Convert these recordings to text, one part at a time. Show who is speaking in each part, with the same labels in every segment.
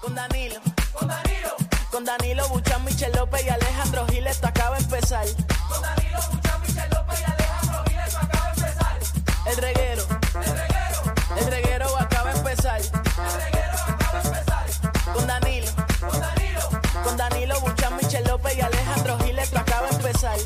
Speaker 1: Con Danilo, con Danilo, con Danilo Buchan, Michel López y Alejandro Giles, esto acaba de empezar. Con Danilo Buchan, Michel López y Alejandro Giles, esto acaba de empezar. El reguero, el reguero, el reguero acaba de empezar. El reguero acaba de empezar. Con Danilo, con Danilo, con Danilo Buchan, Michel López y Alejandro Giles, esto acaba de empezar.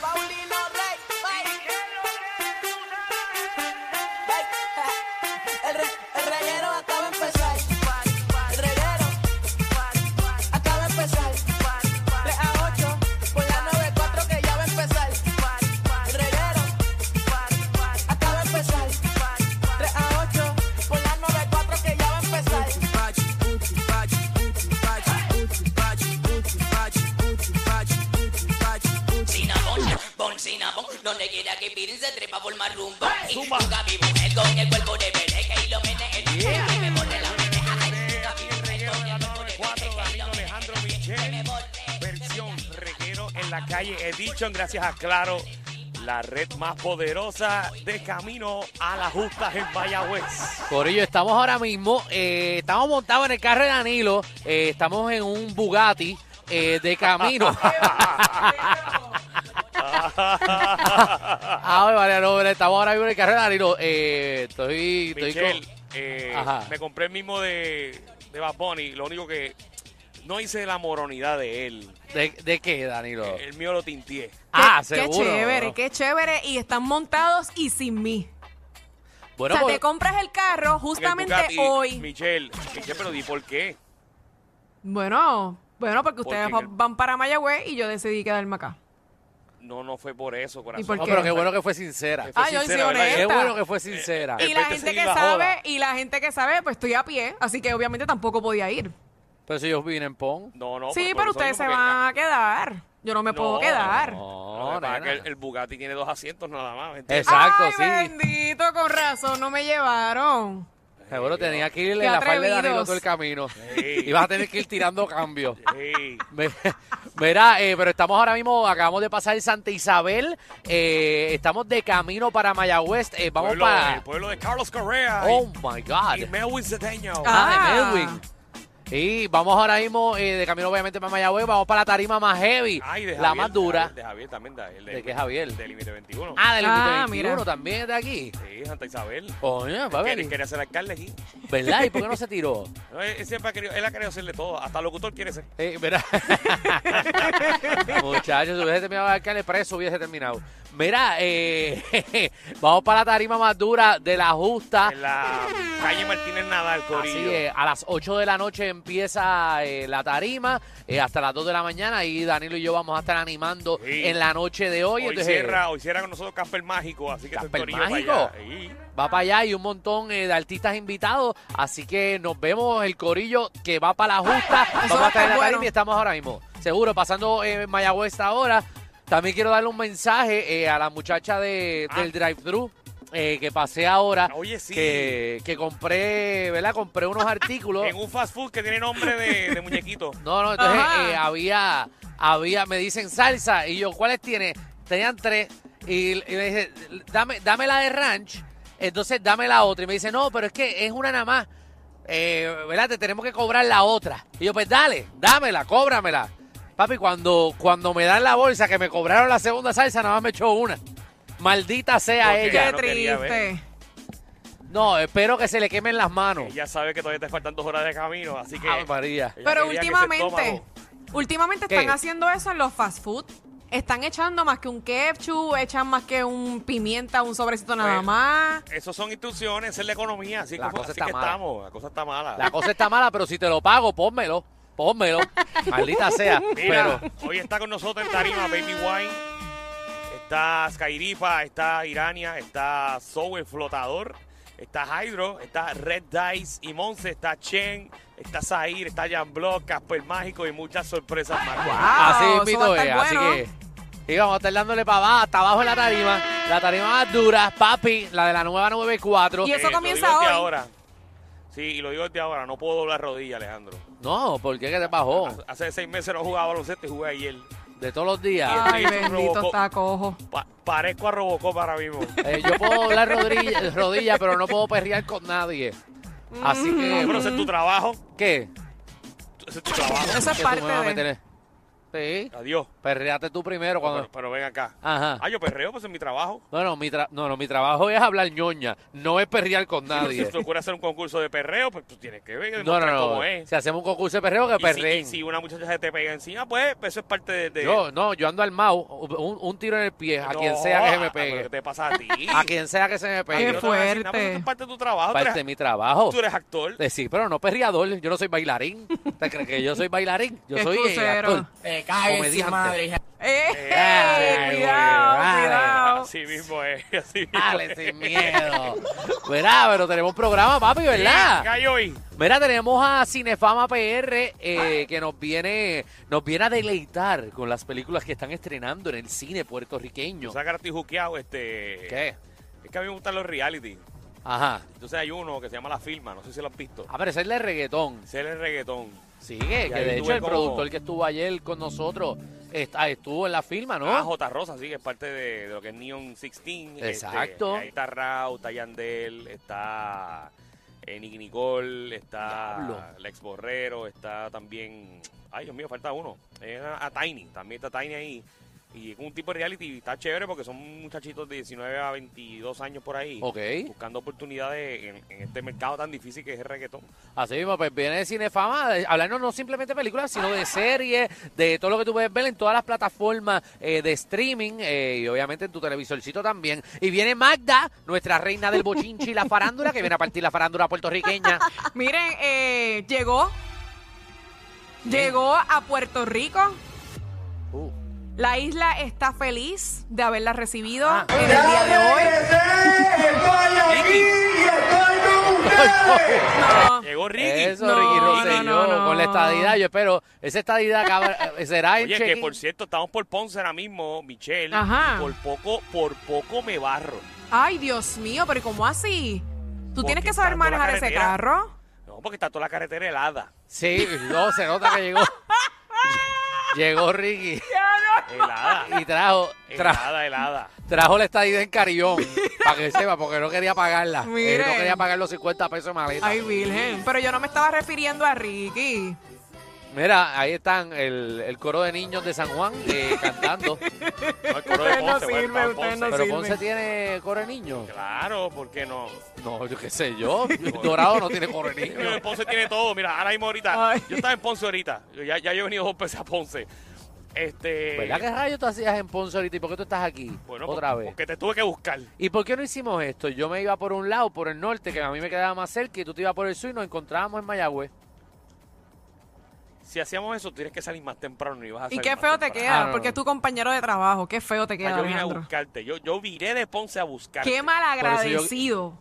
Speaker 1: Paulino Rey, El, re- el reguero acaba de empezar. El reguero acaba de empezar. 3 a 8 por la 94 que ya va a empezar. El reguero acaba de empezar. 3 a 8 por la 94 que ya va a empezar.
Speaker 2: Sinabón, bon sinabón, donde quiera que piden se trepa por más rumbo. Y nunca vivo mujer con el cuerpo de Bereca y lo mete en el que me pone la pendeja. Ay, nunca vi un mujer con el cuerpo de
Speaker 3: Cuatro,
Speaker 2: Bereca y
Speaker 3: Danilo
Speaker 2: lo mete
Speaker 3: Alejandro
Speaker 2: que me
Speaker 3: Michel,
Speaker 2: pone.
Speaker 3: versión reguero en la calle Edition, gracias a Claro, la red más poderosa de camino a las justas en Mayagüez.
Speaker 4: Corillo, estamos ahora mismo, eh, estamos montados en el carro de Danilo, eh, estamos en un Bugatti eh, de camino. Ay, Ah, vale, no, vale, estamos ahora mismo en el carro de Danilo. eh, estoy, estoy con-
Speaker 3: Michel, eh,
Speaker 4: Ajá.
Speaker 3: me compré el mismo de, de Bad Bunny, lo único que no hice la moronidad de él,
Speaker 4: ¿De, de qué, Danilo?
Speaker 3: el mío lo tintié.
Speaker 4: ah,
Speaker 5: qué,
Speaker 4: seguro.
Speaker 5: Qué chévere, qué chévere. Y están montados y sin mí.
Speaker 4: Bueno,
Speaker 5: o sea,
Speaker 4: pues,
Speaker 5: te compras el carro
Speaker 3: En el
Speaker 5: justamente
Speaker 3: Bugatti,
Speaker 5: hoy.
Speaker 3: Michel, Michel, pero di por qué.
Speaker 5: Bueno, bueno, porque ustedes
Speaker 3: Porque-
Speaker 5: va- van para Mayagüez y yo decidí quedarme acá.
Speaker 3: No, no fue por eso, corazón.
Speaker 5: por
Speaker 4: no,
Speaker 5: qué?
Speaker 4: pero qué bueno que fue sincera.
Speaker 3: Que fue
Speaker 5: Ah, yo
Speaker 3: sincera,
Speaker 5: soy
Speaker 3: ¿verdad?
Speaker 4: Qué
Speaker 5: honesta.
Speaker 4: bueno que fue sincera.
Speaker 3: Eh,
Speaker 5: Y la
Speaker 3: repente
Speaker 5: gente
Speaker 3: sí
Speaker 5: que
Speaker 3: la
Speaker 5: sabe,
Speaker 3: joda.
Speaker 5: y la gente que sabe, pues estoy a pie, así que obviamente tampoco podía ir.
Speaker 4: Pero si ellos vienen, pon.
Speaker 3: No, no,
Speaker 5: sí,
Speaker 3: por
Speaker 5: pero
Speaker 3: eso
Speaker 5: ustedes
Speaker 3: mismo
Speaker 5: se
Speaker 3: que-
Speaker 5: van a quedar. Yo no me
Speaker 3: No,
Speaker 5: puedo quedar.
Speaker 3: Lo
Speaker 4: No,
Speaker 3: que pasa es
Speaker 4: nena.
Speaker 3: que el, el Bugatti tiene dos asientos nada más. ¿me entiendes?
Speaker 4: Exacto.
Speaker 5: Ay,
Speaker 4: sí.
Speaker 5: bendito, con razón, no me llevaron.
Speaker 4: Seguro tenía que ir en
Speaker 5: Qué
Speaker 4: la falda de Danilo
Speaker 5: atrevidos.
Speaker 4: todo el camino.
Speaker 3: Sí.
Speaker 4: Y vas a tener que ir tirando cambios.
Speaker 3: Sí.
Speaker 4: Ve- Mira, eh, pero estamos ahora mismo, acabamos de pasar Santa Isabel, eh, estamos de camino para Mayagüez, eh, vamos
Speaker 3: pueblo,
Speaker 4: para...
Speaker 3: El pueblo de Carlos Correa.
Speaker 4: Oh,
Speaker 3: y,
Speaker 4: my
Speaker 3: y
Speaker 4: God.
Speaker 3: Melwin Cedeño.
Speaker 4: Ah,
Speaker 5: Ah.
Speaker 4: de Melwin. Y vamos ahora mismo eh, de camino obviamente para Mayagüez, vamos para la tarima más heavy,
Speaker 3: Ay, de
Speaker 4: la
Speaker 3: Javier,
Speaker 4: más dura.
Speaker 3: De Javier también. De, el
Speaker 4: ¿De qué Javier?
Speaker 3: De Límite 21.
Speaker 4: Ah, del Límite
Speaker 5: Ah,
Speaker 4: 21
Speaker 5: mira.
Speaker 4: también es de aquí.
Speaker 3: Sí, Santa Isabel.
Speaker 4: Coño, va a
Speaker 3: Quería,
Speaker 4: ver.
Speaker 3: quería ser alcalde aquí.
Speaker 4: ¿Verdad? ¿Y por qué no se tiró?
Speaker 3: No, él, él siempre ha querido, él ha querido hacerle todo. Hasta locutor quiere ser.
Speaker 4: Eh, mira. Muchachos, si hubiese terminado de alcalde preso, hubiese terminado. Mira, eh, vamos para la tarima más dura de la justa.
Speaker 3: En la calle Martínez Nadal, Corillo.
Speaker 4: Ah. Así es, a las 8 de la noche empieza eh, la tarima, eh, hasta las 2 de la mañana, y Danilo y yo vamos a estar animando
Speaker 3: Sí.
Speaker 4: en la noche de hoy.
Speaker 3: Hoy
Speaker 4: entonces,
Speaker 3: cierra, hoy cierra con nosotros Casper Mágico, así que está el
Speaker 4: ¿Casper
Speaker 3: corillo para
Speaker 4: Mágico?
Speaker 3: allá. Sí.
Speaker 4: Va para allá y un montón eh, de artistas invitados, así que nos vemos el corillo que va para la justa. Vamos
Speaker 5: va
Speaker 4: a estar en
Speaker 5: a estar
Speaker 4: la tarima
Speaker 5: bueno.
Speaker 4: y estamos ahora mismo. Seguro, pasando eh, en Mayagüez ahora. También quiero darle un mensaje eh, a la muchacha de-
Speaker 3: Ah.
Speaker 4: del drive-thru eh, que pasé
Speaker 5: Ah,
Speaker 4: ahora.
Speaker 3: Oye, sí.
Speaker 4: Que, que compré, ¿verdad? Compré unos artículos.
Speaker 3: En un fast food que tiene nombre de, de muñequito.
Speaker 4: No, no, entonces
Speaker 5: Ajá.
Speaker 4: eh, había, había, me dicen salsa y yo, ¿cuáles tiene? Tenían tres y, y le dije, dame, dame la de ranch, entonces dame la otra. Y me dice, no, pero es que es una nada más, eh, ¿verdad? Te tenemos que cobrar la otra. Y yo, pues dale, dámela, cóbramela. Papi, cuando, cuando me dan la bolsa que me cobraron la segunda salsa, nada más me echó una. Maldita sea
Speaker 3: Porque
Speaker 4: ella.
Speaker 5: Qué
Speaker 3: no quería ver.
Speaker 5: triste.
Speaker 4: No, espero que se le quemen las manos.
Speaker 3: Ella sabe que todavía te faltan dos horas de camino, así que.
Speaker 4: Ave Ah, María.
Speaker 3: ella
Speaker 5: Pero
Speaker 3: quería que ese
Speaker 5: últimamente,
Speaker 3: estómago-
Speaker 5: últimamente
Speaker 4: ¿Qué?
Speaker 5: están haciendo eso en los fast food. Están echando más que un ketchup, echan más que un pimienta, un sobrecito nada
Speaker 3: Pues,
Speaker 5: más.
Speaker 3: Esas son instrucciones, esa es la economía, así,
Speaker 4: La
Speaker 3: como- así
Speaker 4: cosa está
Speaker 3: que
Speaker 4: mala.
Speaker 3: estamos, la cosa está mala.
Speaker 4: La cosa está mala, pero si te lo pago, pónmelo. pónmelo. Maldita sea.
Speaker 3: Mira,
Speaker 4: Pero
Speaker 3: hoy está con nosotros en Tarima Baby Wine. Está Skyrifa, está Irania, está Soul el Flotador, está Hydro, está Red Dice y Monse, está Chen, está Zahir, está Jan Block, Casper Mágico y muchas sorpresas más.
Speaker 4: así
Speaker 5: Ah, eso
Speaker 4: mismito
Speaker 5: va a
Speaker 4: es.
Speaker 5: estar
Speaker 4: Así
Speaker 5: bueno.
Speaker 4: que íbamos a estar dándole para abajo, hasta abajo en la tarima. La tarima más dura, papi, la de la nueva 94.
Speaker 5: Y eso
Speaker 3: Eh, lo
Speaker 5: comienza
Speaker 3: digo desde
Speaker 5: hoy.
Speaker 3: ahora. Sí, y lo digo desde ahora, no puedo doblar rodilla, Alejandro.
Speaker 4: No, ¿por qué que te bajó?
Speaker 3: Hace seis meses no jugaba baloncesto y jugué ayer.
Speaker 4: De todos los días.
Speaker 5: Ay,
Speaker 3: Eso provocó-
Speaker 5: bendito está cojo.
Speaker 3: Pa- parezco a Robocop ahora mismo.
Speaker 4: Eh, yo puedo doblar rodilla, rodilla, pero no puedo perrear con nadie. Así
Speaker 5: Mm.
Speaker 3: Ah, Pero
Speaker 4: que,
Speaker 3: ese es tu trabajo.
Speaker 4: ¿qué?
Speaker 3: Ese es tu trabajo.
Speaker 5: Eso es
Speaker 4: ¿Qué
Speaker 5: parte
Speaker 4: tú me vas a
Speaker 5: de.
Speaker 4: meter? Sí,
Speaker 3: Adiós.
Speaker 4: perreate tú
Speaker 3: Pero,
Speaker 4: primero cuando...
Speaker 3: pero ven acá.
Speaker 4: Ajá.
Speaker 3: Ah, yo perreo, pues es mi trabajo.
Speaker 4: Bueno, mi tra- no, no, mi trabajo es hablar ñoña, no es perrear con
Speaker 3: Si
Speaker 4: nadie.
Speaker 3: tú procuras hacer un concurso de perreo, pues tú tienes que ver
Speaker 4: Ah, No, no,
Speaker 3: demostrar cómo
Speaker 4: no.
Speaker 3: es.
Speaker 4: Si hacemos un concurso de perreo, que
Speaker 3: Y si, y
Speaker 4: perreen.
Speaker 3: si una muchacha se te pega encima, pues eso es parte de... de-
Speaker 4: Yo, no, yo ando armado, un, un tiro en el pie, a
Speaker 3: No,
Speaker 4: quien sea que se me
Speaker 3: ah, pero ¿Qué
Speaker 4: pegue.
Speaker 3: te pasa a ti?
Speaker 4: A quien sea que se me
Speaker 3: A ti
Speaker 5: Qué
Speaker 3: no
Speaker 4: pegue.
Speaker 3: te van a decir nada,
Speaker 5: fuerte.
Speaker 3: porque esto es parte de tu trabajo. tú
Speaker 4: Parte de
Speaker 3: eres-
Speaker 4: mi trabajo.
Speaker 3: Tú eres actor.
Speaker 4: Eh, Sí, pero no perreador, yo no soy bailarín. ¿Te crees que yo soy bailarín? Yo
Speaker 5: Qué
Speaker 4: soy eh,
Speaker 5: excusero.
Speaker 4: actor.
Speaker 2: Me cae
Speaker 4: Comediante.
Speaker 2: encima, madre. hija.
Speaker 5: ¡Eh!
Speaker 4: Ay,
Speaker 5: cuidado,
Speaker 4: güey,
Speaker 5: cuidado.
Speaker 3: Así mismo es. Así mismo
Speaker 4: Dale,
Speaker 3: es.
Speaker 4: sin miedo. Verá, pero tenemos programa, papi, ¿verdad?
Speaker 3: ¿Qué hay hoy?
Speaker 4: Mira, tenemos a Cinefama PR eh, que nos viene, nos viene a deleitar con las películas que están estrenando en el cine puertorriqueño.
Speaker 3: Tú sabes que ahora estoy juqueado, este...
Speaker 4: ¿Qué?
Speaker 3: Es que a mí me gustan los reality.
Speaker 4: Ajá.
Speaker 3: Entonces hay uno que se llama La Firma, no sé si lo has visto.
Speaker 4: A ver, esa es la de reggaetón.
Speaker 3: Ese es el reggaetón.
Speaker 4: Sí, que,
Speaker 3: Y
Speaker 4: que
Speaker 3: ahí
Speaker 4: de
Speaker 3: tú
Speaker 4: hecho
Speaker 3: ves
Speaker 4: el
Speaker 3: cómo-
Speaker 4: productor que estuvo ayer con nosotros está, estuvo en la firma, ¿no?
Speaker 3: Ah, J. Rosa, sí, que es parte de, de lo que es Neon 16. este,
Speaker 4: Exacto.
Speaker 3: ahí está Rao, está Yandel, está eh, Nicky Nicole, está
Speaker 4: Diablo.
Speaker 3: Lex Borrero, está también... Ay, Dios mío, falta uno. Eh, a, a Tiny, también está Tiny ahí. Y es un tipo de reality, y está chévere porque son muchachitos de 19 a 22 años por ahí.
Speaker 4: Ok.
Speaker 3: Buscando oportunidades en, en este mercado tan difícil que es el reggaetón.
Speaker 4: Así mismo, pues viene de Cinefama, de- hablarnos no simplemente de películas, sino de series, de todo lo que tú puedes ver en todas las plataformas eh, de streaming eh, y obviamente en tu televisorcito también. Y viene Magda, nuestra reina del bochinchi y la farándula, que viene a partir la farándula puertorriqueña.
Speaker 5: Miren, eh, llegó. Llegó a Puerto Rico.
Speaker 4: Uh,
Speaker 5: La isla está feliz de haberla recibido
Speaker 4: Ah.
Speaker 5: en el día de hoy. No.
Speaker 3: Llegó Ricky.
Speaker 4: eso,
Speaker 5: No,
Speaker 4: Ricky
Speaker 5: no,
Speaker 4: Rosselló,
Speaker 5: no, no.
Speaker 4: con la estadidad, yo espero, esa estadidad acaba- será en
Speaker 3: Oye, que
Speaker 4: check-in.
Speaker 3: por cierto, estamos por Ponce ahora mismo, Michelle.
Speaker 5: Ajá.
Speaker 3: y Por poco, por poco me barro.
Speaker 5: Ay, Dios mío, pero ¿y ¿cómo así? Tú
Speaker 3: Porque
Speaker 5: tienes que saber
Speaker 3: está toda la
Speaker 5: manejar ese
Speaker 3: carretera.
Speaker 5: carro.
Speaker 3: No, porque está toda la carretera helada.
Speaker 4: Sí, no, se nota que llegó. llegó Ricky
Speaker 3: Helada.
Speaker 4: y trajo... trajo
Speaker 3: helada, helada.
Speaker 4: Trajo la estadía en Carillón, para que sepa, porque no quería pagarla.
Speaker 5: Miren.
Speaker 4: Eh, no quería pagar los 50 pesos de maleta.
Speaker 5: Ay, Virgen. Pero yo no me estaba refiriendo a Ricky.
Speaker 4: Mira, ahí están el, el coro de niños de San Juan eh, cantando.
Speaker 3: No, el coro de
Speaker 5: Usted no
Speaker 3: Ponce, bueno,
Speaker 5: sirve,
Speaker 3: está en
Speaker 5: usted
Speaker 3: Ponce.
Speaker 5: no
Speaker 4: Pero
Speaker 5: sirve.
Speaker 4: Ponce tiene coro de niños.
Speaker 3: Claro, porque no.
Speaker 4: No, yo qué sé yo. Dorado no tiene coro de niños.
Speaker 3: Eh, Ponce tiene todo. Mira, ahora mismo ahorita.
Speaker 5: Ay.
Speaker 3: Yo estaba en Ponce ahorita. Yo ya, ya yo he venido dos veces a Ponce. Este.
Speaker 4: ¿Verdad que rayos tú hacías en Ponce ahorita y por qué tú estás aquí
Speaker 3: Bueno,
Speaker 4: otra
Speaker 3: por-
Speaker 4: vez?
Speaker 3: Porque te tuve que buscar.
Speaker 4: ¿Y por qué no hicimos esto? Yo me iba por un lado, por el norte, que a mí me quedaba más cerca, y tú te ibas por el sur y nos encontrábamos en Mayagüez.
Speaker 3: Si hacíamos eso, tienes que salir más temprano y vas a
Speaker 5: Y
Speaker 3: salir
Speaker 5: qué
Speaker 3: más
Speaker 5: feo te
Speaker 3: temprano.
Speaker 4: Ah,
Speaker 5: queda,
Speaker 4: no, no.
Speaker 5: porque es tu compañero de trabajo. Qué feo te
Speaker 3: Ah,
Speaker 5: queda,
Speaker 3: yo vine a
Speaker 5: Alejandro.
Speaker 3: buscarte. Yo, yo viré de Ponce a buscarte.
Speaker 5: Qué malagradecido.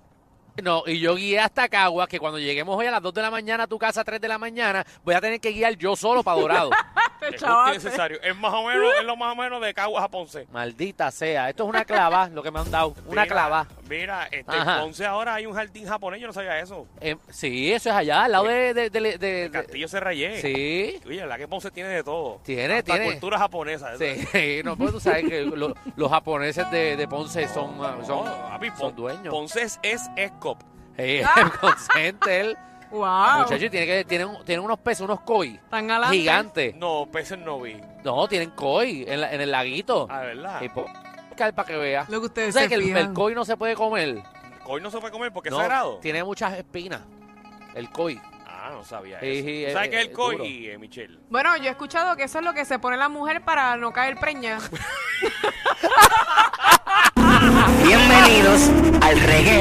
Speaker 4: No, y yo guié hasta Caguas, que cuando lleguemos hoy a las 2 de la mañana a tu casa, a 3 de la mañana, voy a tener que guiar yo solo para Dorado.
Speaker 5: Te
Speaker 3: Es justo y
Speaker 5: chavaste.
Speaker 3: necesario. Es más o menos, es lo más o menos de Caguas a Ponce.
Speaker 4: Maldita sea, esto es una clava, lo que me han dado, una
Speaker 3: Mira,
Speaker 4: clava.
Speaker 3: Mira, este,
Speaker 4: Ajá.
Speaker 3: en Ponce ahora hay un jardín japonés, yo no sabía eso.
Speaker 4: Eh, sí, eso es allá, al lado de... de- de- de-
Speaker 3: El
Speaker 4: de-
Speaker 3: Castillo Serrallé.
Speaker 4: sí,
Speaker 3: Oye, la que Ponce tiene de todo.
Speaker 4: Tiene,
Speaker 3: Hasta
Speaker 4: tiene.
Speaker 3: cultura japonesa. eso es.
Speaker 4: sí, no, pero tú sabes que lo- los japoneses de, de Ponce son, ah, son,
Speaker 3: No, papi,
Speaker 4: son
Speaker 3: Pon-
Speaker 4: dueños.
Speaker 3: Ponce es, es ESCOP.
Speaker 4: Eh, el consenter,
Speaker 5: Wow.
Speaker 4: muchachos, y tiene, que, tienen, tienen unos peces, unos koi
Speaker 5: Tan galante.
Speaker 4: gigantes.
Speaker 3: No, peces no vi.
Speaker 4: No, tienen koi en, la- en el laguito.
Speaker 3: Ah, ¿verdad?
Speaker 4: Y po- para que vea.
Speaker 5: Lo que
Speaker 4: ¿Tú
Speaker 5: ustedes
Speaker 4: sabes
Speaker 5: se
Speaker 4: que el,
Speaker 5: fijan.
Speaker 4: el koi no se puede comer?
Speaker 3: Hoy no se puede comer porque
Speaker 4: No,
Speaker 3: es sagrado.
Speaker 4: Tiene muchas espinas. El koi.
Speaker 3: Ah, no sabía
Speaker 4: Sí,
Speaker 3: eso.
Speaker 4: sí,
Speaker 3: ¿Tú
Speaker 4: es-
Speaker 3: ¿Sabes qué es el
Speaker 4: es
Speaker 3: koi,
Speaker 4: duro.
Speaker 3: eh, Michelle?
Speaker 5: Bueno, yo he escuchado que eso es lo que se pone la mujer para no caer preña.
Speaker 1: Bienvenidos al reguero.